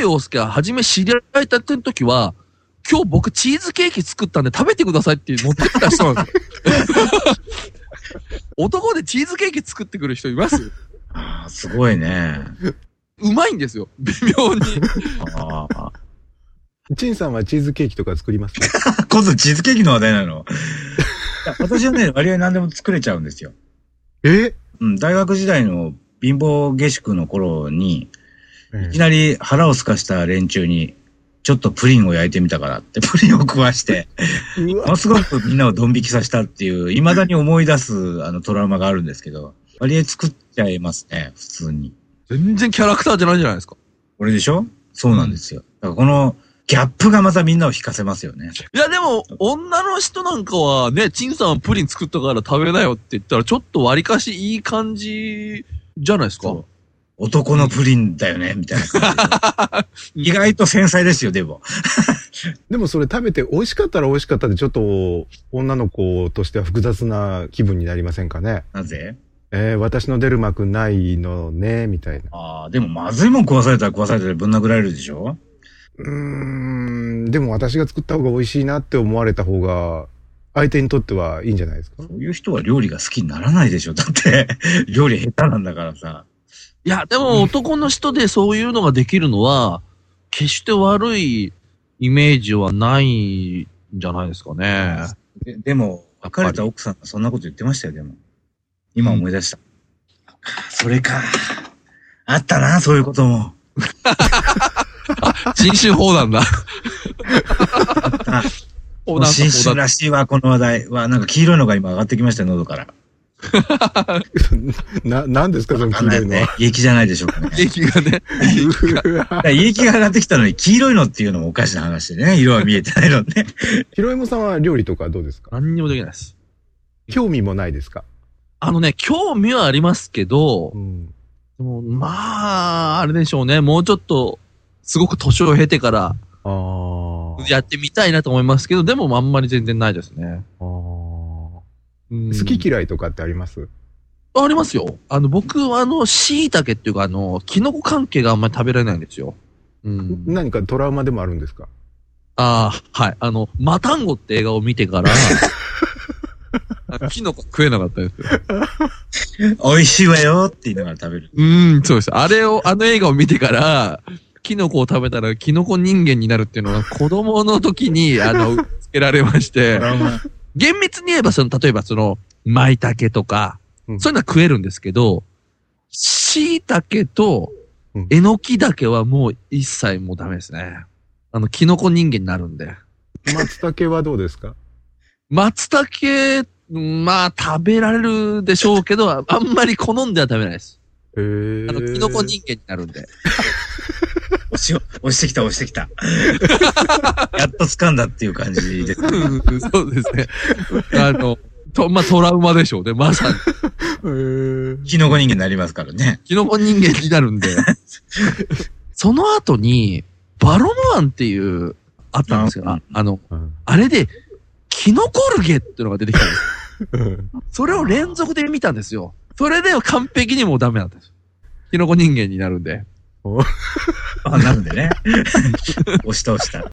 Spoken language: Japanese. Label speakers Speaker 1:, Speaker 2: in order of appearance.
Speaker 1: 陽介は初め知り合いたての時は、今日僕チーズケーキ作ったんで食べてくださいって持ってきた人なんですよ。男でチーズケーキ作ってくる人います
Speaker 2: あーすごいね。
Speaker 1: うまいんですよ。微妙に。
Speaker 2: あー
Speaker 3: 陳さんはチーズケーキとか作りますか
Speaker 2: 今度チーズケーキの話題なの。いや私はね、割合何でも作れちゃうんですよ。
Speaker 3: え
Speaker 2: うん、大学時代の貧乏下宿の頃に、いき
Speaker 3: え
Speaker 2: なり腹をすかした連中に、ちょっとプリンを焼いてみたからって、プリンを食わして、
Speaker 3: う
Speaker 2: ものすごくみんなをドン引きさせたっていう、未だに思い出すあのトラウマがあるんですけど、割合作っちゃいますね、普通に。
Speaker 1: 全然キャラクターじゃないじゃないですか。
Speaker 2: これでしょそうなんですよ。だからこのギャップがまたみんなを引かせますよね。
Speaker 1: いやでも、女の人なんかはね、チンさんはプリン作ったから食べなよって言ったら、ちょっと割かしいい感じじゃないですか
Speaker 2: そう男のプリンだよね、みたいな感 じで。意外と繊細ですよ、でも。
Speaker 3: でもそれ食べて美味しかったら美味しかったでちょっと女の子としては複雑な気分になりませんかね。
Speaker 2: なぜ
Speaker 3: えー、私の出る幕ないのね、みたいな。
Speaker 2: ああ、でもまずいもん食わされたら食わされたらぶん殴られるでしょ
Speaker 3: うーん、でも私が作った方が美味しいなって思われた方が相手にとってはいいんじゃないですか。
Speaker 2: そういう人は料理が好きにならないでしょ。だって、 料理下手なんだからさ。
Speaker 1: いや、でも男の人でそういうのができるのは、決して悪いイメージはないんじゃないですかね。
Speaker 2: ででも、別れた奥さんがそんなこと言ってましたよ、でも。今思い出した。それか。あったな、そういうこと も。
Speaker 1: 人種砲弾だ。 砲弾だ
Speaker 2: 新種
Speaker 1: 砲弾
Speaker 2: らしいわ、この話題。わ、なんか黄色いのが今上がってきましたよ、喉から。
Speaker 3: な、なんですかその黄色いの
Speaker 2: ね
Speaker 3: は。、
Speaker 2: 胃液じゃないでしょう かね。
Speaker 1: 兵器がね。
Speaker 3: うわ
Speaker 2: だから胃液が上がってきたのに黄色いのっていうのもおかしな話でね。色は見えてないのね。
Speaker 3: ひろえもさんは料理とかどうですか
Speaker 1: 何にもできないです。
Speaker 3: 興味もないですか
Speaker 1: あのね、興味はありますけど
Speaker 3: う、ん。
Speaker 1: でもまあ、あれでしょうね。もうちょっと、すごく年を経てから
Speaker 3: ああ。
Speaker 1: やってみたいなと思いますけど、でもあんまり全然ないですね。
Speaker 3: あー好
Speaker 1: 好
Speaker 3: き嫌いとかってあります
Speaker 1: ありますよ。あの、僕はあの、椎茸っていうか、あの、キノコ関係があんまり食べられないんですよ。うん。
Speaker 3: 何かトラウマでもあるんで すか
Speaker 1: ああ、はい。あの、マタンゴって映画を見てから、あのキノコ食えなかったです。
Speaker 2: 美味しいわよって言いながら食べる。
Speaker 1: うーん、そうです。あれを、あの映画を見てから、キノコを食べたらキノコ人間になるっていうのが子供の時に、あの、つけられまして、厳密に言えば、その、例えばその、舞茸とか、
Speaker 3: うん
Speaker 1: そういうのは食えるんですけど、椎茸と
Speaker 3: うん、
Speaker 1: えのきだけはもう一切もうダメですね。あの、キノコ人間になるんで。
Speaker 3: 松茸はどうですか
Speaker 1: 松茸、まあ、食べられるでしょうけど、ああんまり好んでは食べないです。
Speaker 3: へえ
Speaker 1: あの、キノコ人間になるんで。
Speaker 2: 押し、押してきた、押してきた。やっと掴んだっていう感じです。
Speaker 1: うんそうですね。 あの、と、まあ、トラウマでしょうね。まさに。
Speaker 3: へ
Speaker 2: キノコ人間になりますからね。
Speaker 1: キノコ人間になるんで。その後に、バロムワンっていう、あったんですよ。
Speaker 2: あ
Speaker 1: ああの、
Speaker 3: うん
Speaker 1: あれで、キノコルゲっていうのが出てきたんです。
Speaker 3: うん
Speaker 1: それを連続で見たんですよ。それで完璧にもうダメだったんです。キノコ人間になるんで。
Speaker 2: あ、なるんでね。押した、押した。